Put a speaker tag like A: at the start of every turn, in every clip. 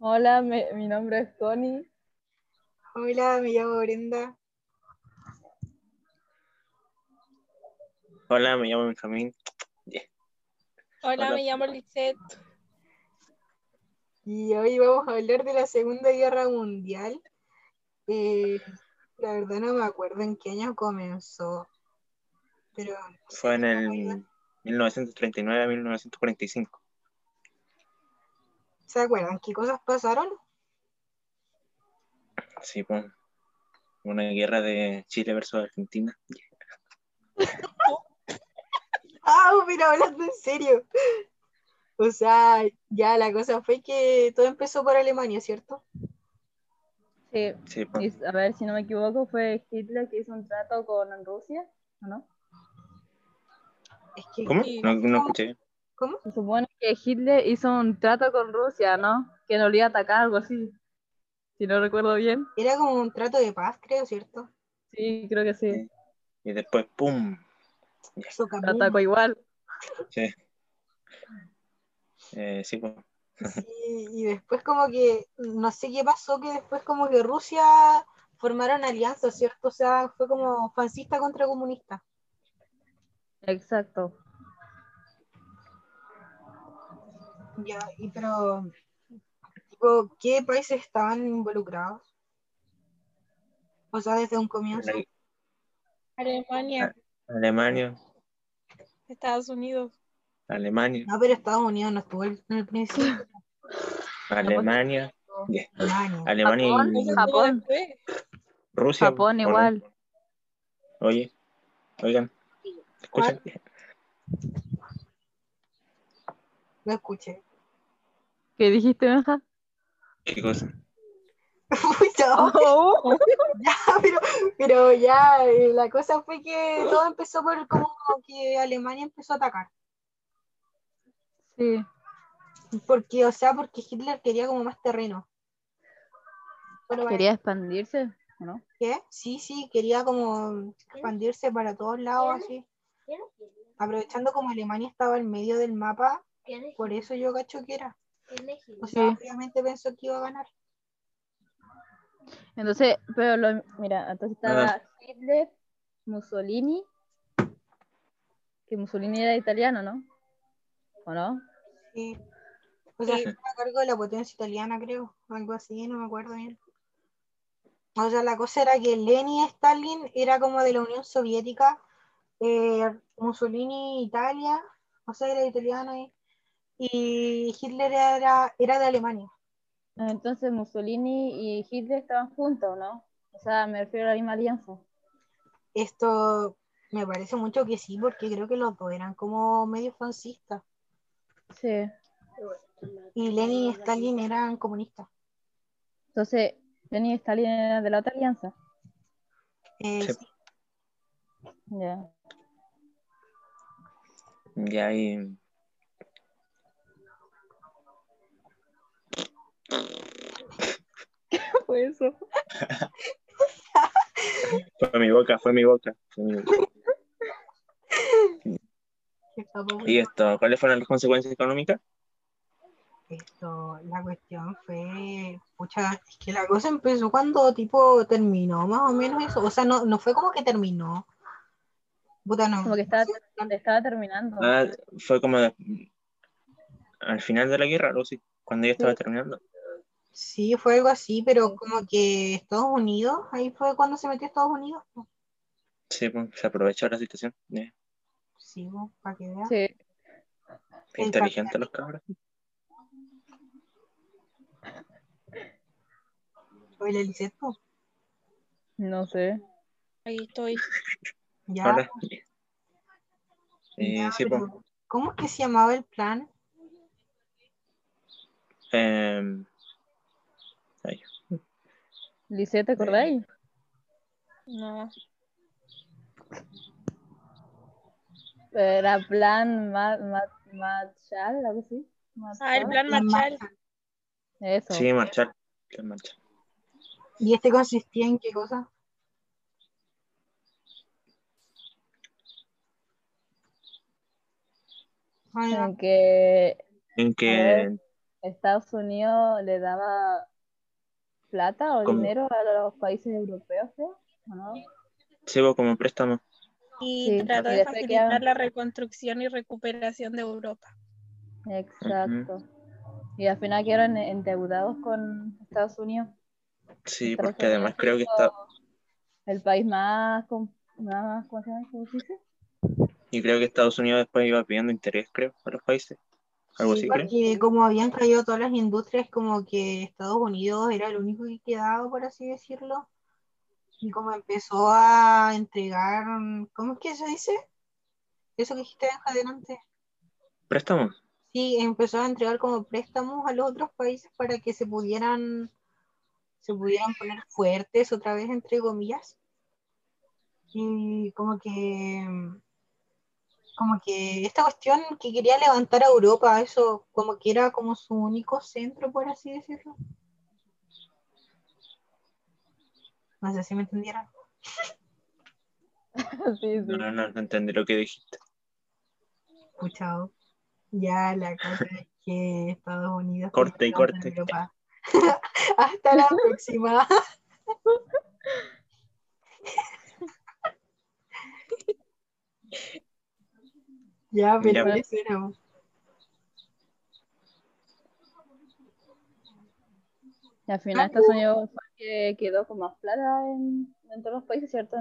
A: Hola, me- mi nombre es Connie.
B: Hola, me llamo Brenda.
C: Hola, me llamo Benjamín.
D: Hola,
C: Hola.
D: me llamo Lisette.
B: Y hoy vamos a hablar de la Segunda Guerra Mundial. Eh, la verdad no me acuerdo en qué año comenzó. Pero
C: Fue en el 1939 1945.
B: ¿se acuerdan qué cosas pasaron?
C: Sí, pues. Una guerra de Chile versus Argentina.
B: Ah, pero hablando en serio. O sea, ya la cosa fue que todo empezó por Alemania, ¿cierto?
A: Sí,
C: Sí, po.
A: y, a ver si no me equivoco, fue Hitler que hizo un trato con Rusia, ¿o ¿no?
B: Es que,
C: ¿Cómo? No, no escuché. bien.
B: ¿Cómo?
A: Se supone que Hitler hizo un trato con Rusia, ¿no? Que no le iba a atacar, algo así. Si no recuerdo bien.
B: Era como un trato de paz, creo, ¿cierto?
A: Sí, creo que sí.
C: Y después, ¡pum!
A: Lo
B: Socavón.
A: atacó igual.
C: Sí. Eh, sí, pues.
B: Sí, y después como que, no sé qué pasó, que después como que Rusia formaron alianzas, ¿cierto? O sea, fue como fascista contra comunista.
A: Exacto.
B: Ya, y pero, tipo, ¿qué países estaban involucrados? O sea, desde un comienzo.
C: Ale-
A: Ah.
D: Alemania,
C: Alemania,
D: Estados Unidos.
C: Alemania,
B: No, Ah, pero Estados Unidos no estuvo en el principio.
C: Alemania,
B: Alemania.
C: Alemania
A: Japón.
C: y
A: Japón.
D: Después,
C: Rusia.
A: Japón
C: ¿o no?
A: igual.
C: Oye, oigan, escuchen.
B: No escuché.
A: ¿Qué dijiste, Benja?
C: ¿Qué cosa?
B: Uy,
A: Oh.
B: no, ya, pero, pero ya, eh, la cosa fue que todo empezó por como que Alemania empezó a atacar.
A: Sí.
B: Porque, o sea, porque Hitler quería como más terreno. Bueno, para-
A: Quería expandirse, ¿o ¿no?
B: ¿Qué? Sí, sí, quería como expandirse para todos lados, así. Aprovechando como Alemania estaba al medio del mapa, por eso yo cacho que era. O sea,
A: Sí.
B: obviamente pensó que iba a ganar.
A: Entonces, pero lo, mira, entonces estaba
C: Ah.
A: Hitler, Mussolini, que Mussolini era italiano, ¿no? ¿O no?
B: Sí. O sea,
D: Sí.
B: estaba a cargo de la potencia italiana, creo, o algo así, no me acuerdo bien. O sea, la cosa era que Lenin Stalin era como de la Unión Soviética, eh, Mussolini Italia, o sea, era italiano ahí, y Hitler era, era de Alemania.
A: Entonces Mussolini y Hitler estaban juntos, ¿no? O sea, me refiero a la misma alianza.
B: Esto me parece mucho que sí, porque creo que los dos eran como medio francistas,
A: Sí.
B: y Lenin y Stalin eran comunistas.
A: Entonces, Lenin y Stalin eran de la otra alianza.
B: Eh,
C: Sí.
B: sí,
A: Ya.
C: Ya hay.
A: Fue eso.
C: Fue mi boca, fue mi boca. fue mi boca.
B: tampoco-
C: ¿Y esto? ¿Cuáles fueron las consecuencias económicas?
B: Esto, la cuestión fue, pucha, es que la cosa empezó cuando tipo terminó más o menos eso, o sea, no, no fue como que terminó. Puta, no.
A: Como que estaba, estaba terminando.
C: Ah, fue como de- al final de la guerra, algo así, cuando ya estaba terminando.
B: Sí, fue algo así, pero como que Estados Unidos, ahí fue cuando se metió Estados Unidos. po.
C: Sí, pues, se aprovechó la situación. eh, ya.
B: Sí, para que vean.
A: Sí.
B: El
C: Inteligentes los cabros.
B: Oye, la Lisette, po,
A: No sé.
D: ahí estoy.
B: ya,
C: Ahora. Eh,
B: ya,
C: sí, pues,
B: pero ¿cómo es que se llamaba el plan?
C: em,
A: Lice, ¿te acordáis?
D: No,
A: Era plan Mat, Mat, Marshall, algo así.
D: Ah, el
A: Marshall.
D: plan Marshall.
A: Eso.
C: sí, marchar. que marchar.
B: ¿Y este consistía en qué cosa? Ay,
A: En que
C: En
A: A
C: que
A: ver, Estados Unidos le daba plata o
C: ¿Cómo?
A: dinero a los países europeos, creo, ¿o ¿no?
C: Sí, pues, como préstamo.
D: Y
A: Sí,
D: trató
A: y
D: de
A: después
D: facilitar
A: quedaron-
D: la reconstrucción y recuperación de Europa.
A: Exacto. Y al final quedaron endeudados con Estados Unidos.
C: Sí,
A: Estados
C: porque además
A: Unidos
C: creo que
A: siendo
C: está,
A: El país más. con- más ¿Cómo se llama? ¿Cómo se dice?
C: y creo que Estados Unidos después iba pidiendo interés, creo, a los países. Algo
B: Sí,
C: así, creo.
B: porque como habían caído todas las industrias, como que Estados Unidos era el único que quedaba, por así decirlo. Y como empezó a entregar, ¿cómo es que se dice? Eso que dijiste adelante.
C: Préstamo.
B: Sí, empezó a entregar como préstamos a los otros países para que se pudieran, se pudieran poner fuertes otra vez, entre comillas. Y como que, como que esta cuestión que quería levantar a Europa, eso como que era como su único centro, por así decirlo. No sé si me entendieron.
A: Sí, sí.
C: No, no, no entendí lo que dijiste.
B: escuchado. Ya la cosa es que Estados Unidos.
C: Corte,
B: y
C: corte.
B: Hasta la próxima. ya, pero
C: Ya.
B: eso era.
A: Y al final Estados Unidos fue el que quedó con más plata en, en todos los países, ¿cierto?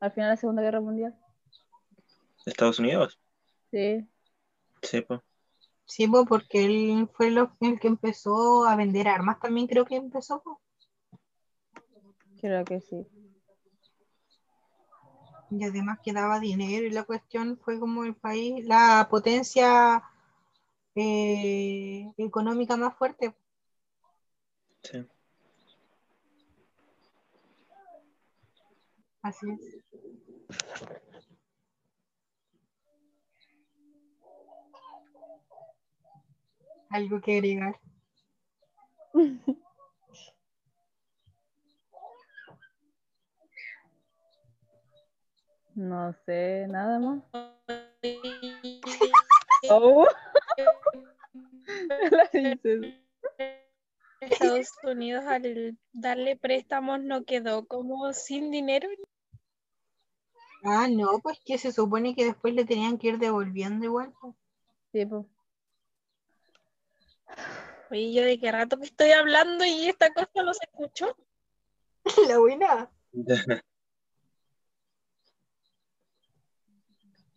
A: Al final de la Segunda Guerra Mundial.
C: ¿Estados Unidos?
A: Sí.
C: Sí, pues.
B: Sí, po, porque él fue lo- el que empezó a vender armas también, creo que empezó. pues. po.
A: Creo que sí.
B: Y además que daba dinero y la cuestión fue como el país, la potencia eh, económica más fuerte. po.
C: Sí.
B: Así es. Algo que agregar.
A: No sé, nada más.
D: Y-
A: Oh, la dices.
D: Estados Unidos al darle préstamos no quedó como sin dinero.
B: Ah, no, pues que se supone que después le tenían que ir devolviendo igual. po.
A: Sí, pues.
D: Oye, yo de qué rato que estoy hablando y esta cosa los escuchó.
B: La buena.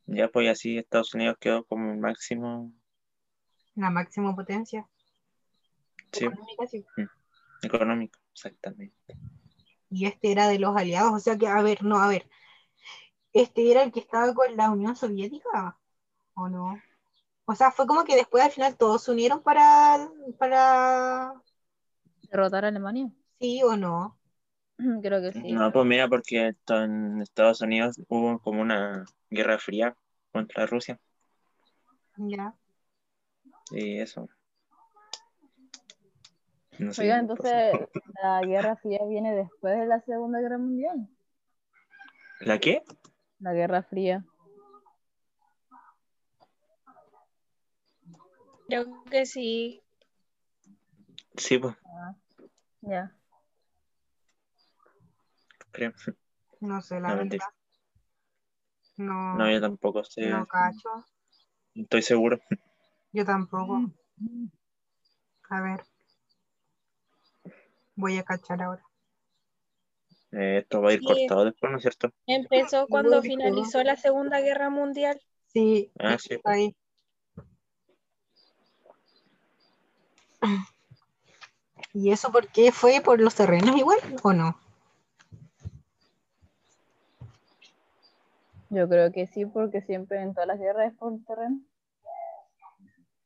C: Ya, pues y así Estados Unidos quedó como el máximo
B: La máxima potencia
C: sí,
B: económica, sí.
C: económico. Exactamente.
B: Y este era de los aliados, o sea que, a ver, no, a ver. Este era el que estaba con la Unión Soviética, ¿o no? O sea, fue como que después al final todos se unieron para, para,
A: Derrotar a Alemania.
B: sí o no.
A: Creo que sí.
C: No, pues mira, porque esto en Estados Unidos hubo como una guerra fría contra Rusia
B: Ya.
C: y eso. No sé.
A: Oiga,
C: qué pasa.
A: entonces la Guerra Fría viene después de la Segunda Guerra Mundial.
C: ¿La qué?
A: La Guerra Fría.
D: Creo que sí.
C: Sí, pues,
A: Ya.
C: creo.
B: No sé, la
C: No,
B: verdad.
C: mentira.
B: No,
C: No, yo tampoco sé.
B: no cacho.
C: Estoy seguro.
B: Yo tampoco. A ver. Voy a cachar ahora.
C: Eh, esto va a ir
D: Sí.
C: cortado después, ¿no es cierto?
D: Empezó cuando
B: Lógico.
D: finalizó la Segunda Guerra Mundial.
B: Sí,
C: Ah, sí.
B: ahí. ¿Y eso por qué fue por los terrenos igual o no?
A: Yo creo que sí, porque siempre en todas las guerras es por terreno.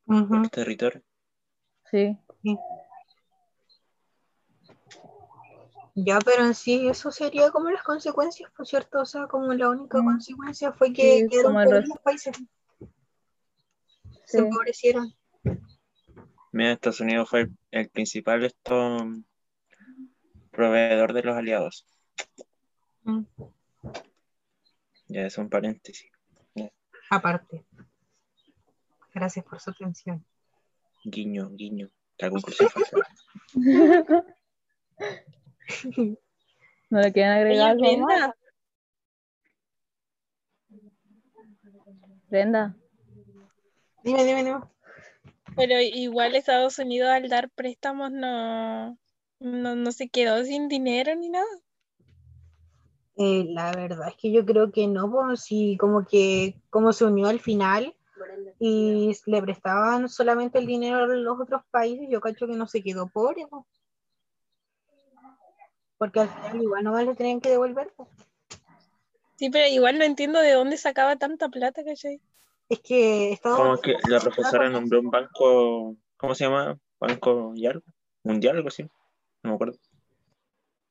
B: Ujú.
C: El este territorio.
A: Sí.
B: Ya, pero en sí eso sería como las consecuencias, por cierto, o sea, como la única
A: Mm.
B: consecuencia fue que
A: Sí,
B: quedaron
A: como el
B: pobres
A: res-
B: los países,
A: Sí.
B: se empobrecieron.
C: Mira, Estados Unidos fue el, el principal esto, proveedor de los aliados.
B: Mm.
C: Ya es un paréntesis.
B: Aparte. Gracias por su atención.
C: Guiño, guiño. La conclusión falsa.
A: ¿No le quieren agregar
D: Oye,
A: algo más?
D: Brenda,
A: Brenda.
B: Dime, dime, dime.
D: pero igual Estados Unidos al dar préstamos no, no, no se quedó sin dinero ni nada.
B: Eh, la verdad es que yo creo que no, pues sí, como que como se unió al final y le prestaban solamente el dinero a los otros países, yo cacho que no se quedó pobre, pues. Porque al final igual no le tenían que devolver, pues.
D: Sí, pero igual no entiendo de dónde sacaba tanta plata, ¿cachai?
B: Es que Estados
C: Como que la
B: Unidos-
C: profesora nombró un banco, ¿cómo se llama? Banco y algo, mundial, algo así. No me acuerdo,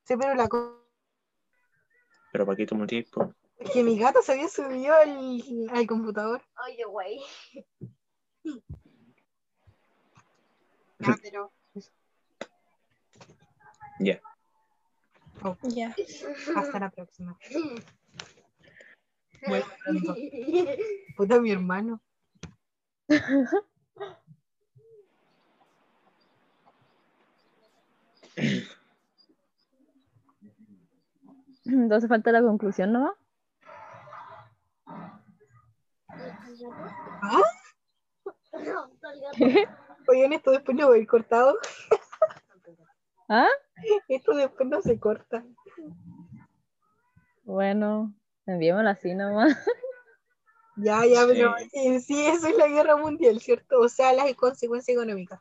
B: Sí, pero la cosa
C: pero Paquito Mutis, pues,
B: es que mi gato se había subido al, al computador.
E: Oye, güey.
B: Ah, pero
C: ya.
D: Ya.
B: hasta la próxima. Vuelvo pronto.
E: Oye,
B: Puta mi hermano.
A: Entonces falta la conclusión, ¿no?
B: Oigan, esto después no va a ir cortado.
A: ¿Ah?
B: Esto después no se corta.
A: Bueno, enviémosla así nomás.
B: Ya, ya, pero
C: Sí.
B: en sí eso es la guerra mundial, ¿cierto? O sea, las consecuencias económicas.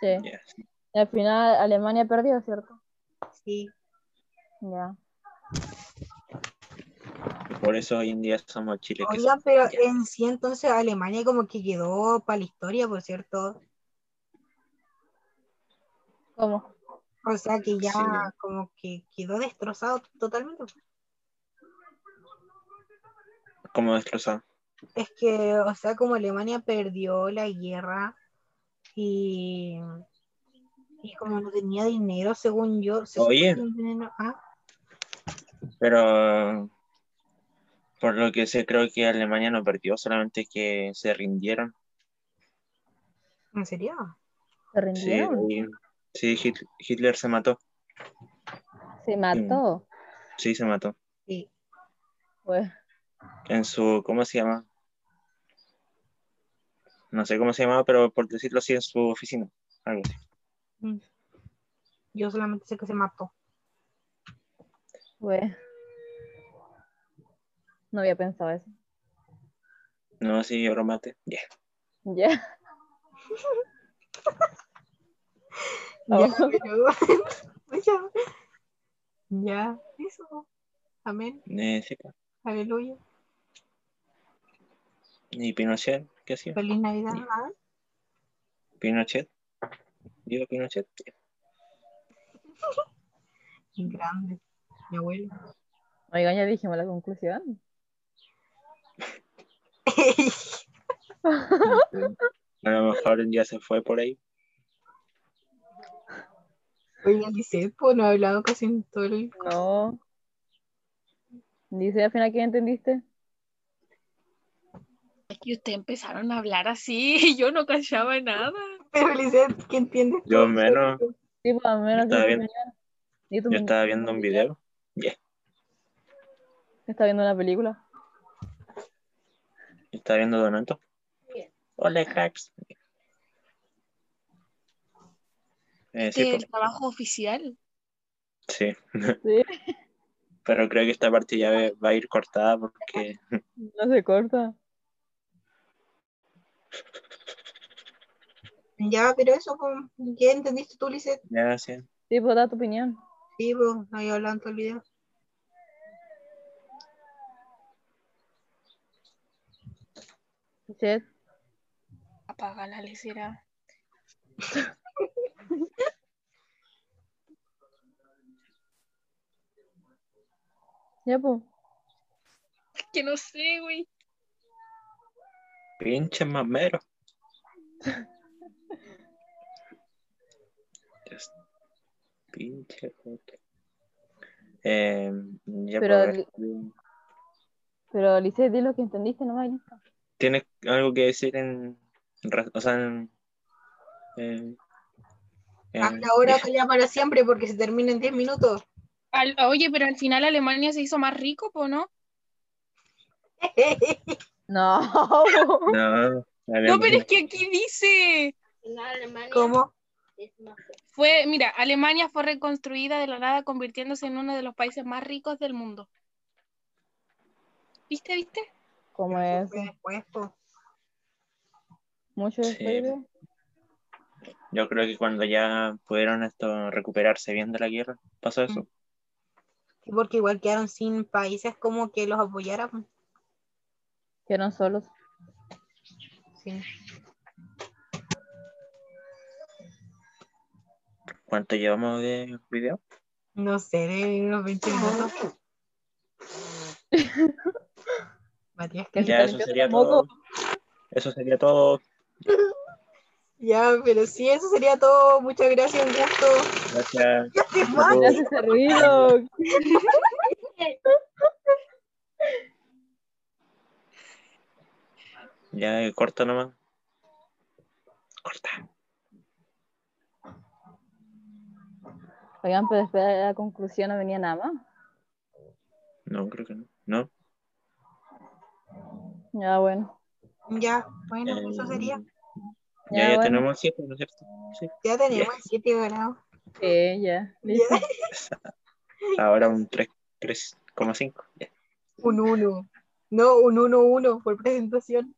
A: Sí.
C: ya, sí.
A: Y al final Alemania perdió, ¿cierto?
B: Sí.
A: Ya.
C: Por eso hoy en día somos Chile. Que
B: Oigan, pero
C: Ya.
B: en sí entonces Alemania como que quedó para la historia, por cierto.
A: ¿Cómo?
B: O sea que ya
C: Sí.
B: como que quedó destrozado totalmente.
C: como destrozado.
B: Es que, o sea, como Alemania perdió la guerra y, y como no tenía dinero, según yo. según
C: Oye.
B: yo, dinero- ah,
C: Pero por lo que sé, creo que Alemania no perdió, solamente que se rindieron.
B: ¿En serio?
A: ¿Se
C: Sí,
A: rindieron?
C: y- sí Hit- Hitler se mató.
A: Se mató.
C: Sí, se mató.
B: Sí.
A: Pues,
C: En su, ¿cómo se llama? No sé cómo se llamaba, pero por decirlo así, en su oficina. Algo así.
B: Yo solamente sé que se mató.
A: pues. No había pensado eso.
C: No, sí, yo lo maté. Ya.
A: Ya. Oh.
B: Ya, pero- ya. Ya, eso. Amén.
C: Eh, sí, pues.
B: Aleluya.
C: ¿Y Pinochet? ¿Qué hacía?
B: Feliz Navidad.
C: Sí.
B: ah.
C: Pinochet. Digo Pinochet. Ya.
B: Grande. Mi abuelo.
A: Oigan, ya dijimos la conclusión.
C: A lo mejor ya se fue por ahí.
B: Oye, dice, pues no he hablado casi en todo el...
A: No. Dice al final, ¿qué entendiste?
E: que ustedes empezaron a hablar así y yo no cachaba nada.
B: Pero Lisette, ¿qué entiendes?
C: Yo menos.
A: Sí, pues al menos.
C: Yo estaba
A: sí,
C: viendo-
A: mañana. Di tu
C: Yo estaba
A: opinión.
C: viendo un video.
A: Estaba viendo una película.
C: Yo estaba viendo Donato. Hola, cracks. Eh, sí,
E: Del
C: pues,
E: trabajo oficial.
C: sí.
A: Sí.
C: Pero creo que esta parte ya ve- va a ir cortada porque
A: No se corta.
B: Ya, pero eso, pues, ¿qué entendiste tú, Lisette?
C: ya sí.
A: Sí, pues da tu opinión.
B: Sí, pues, no había hablado en todo el video.
A: Dice,
D: Apaga la lecera.
A: ya pues.
E: Que no sé, güey.
C: Pinche mamero. Just- Pinche joto. Eh, ya
A: Pero
C: pues,
A: Pero Lice, di lo que entendiste nomás. y listo.
C: ¿Tienes algo que decir en. ra- O sea, en. eh, Eh,
B: Hasta ahora pelea para siempre porque se termina en 10 minutos.
D: Al- oye, pero al final Alemania se hizo más rico, ¿po no?
A: No.
C: No, dale,
D: No, pero
C: bueno.
D: es que aquí dice,
B: ¿Cómo?
D: fue, mira, Alemania fue reconstruida de la nada convirtiéndose en uno de los países más ricos del mundo. ¿Viste, viste?
A: Como es
B: pues, Fue después, po.
A: mucho
C: Sí.
A: despegue.
C: Yo creo que cuando ya pudieron esto recuperarse bien de la guerra, pasó eso.
B: Sí, Porque igual quedaron sin países como que los apoyaran.
A: Quedaron solos.
B: Sí.
C: ¿Cuánto llevamos de video?
B: No sé, de unos 20 minutos. Matías,
A: Que
B: que
A: se
C: Ya
A: te
C: eso
A: limpió
C: sería
A: el moco.
C: todo. Eso sería todo.
B: Ya, pero sí, eso sería todo. Muchas gracias, un gusto.
C: Gracias.
B: Ya te
C: a
B: vas.
C: todos.
A: Gracias, ese ruido.
C: Ya, eh, corta nomás. Corta.
A: Oigan, pero después de la conclusión no venía nada más.
C: No, creo que no. No.
A: Ya, bueno.
B: Ya, bueno, eso
C: eh,
B: sería.
C: Ya,
A: Ya,
C: ya
A: bueno.
C: tenemos siete, ¿no es cierto? Sí.
B: Ya tenemos el 7 ganados.
A: Sí, ya. Listo.
C: Ahora un 3, 3,5. Ya.
B: Un 1. No, un 1-1 por presentación.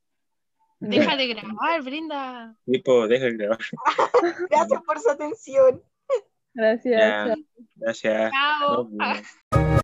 D: Deja de grabar, Brenda.
C: Tipo, deja el grabar.
B: Gracias por su atención.
A: Gracias.
C: Ya.
A: chao.
C: Gracias.
D: Chao.
C: Nos vemos.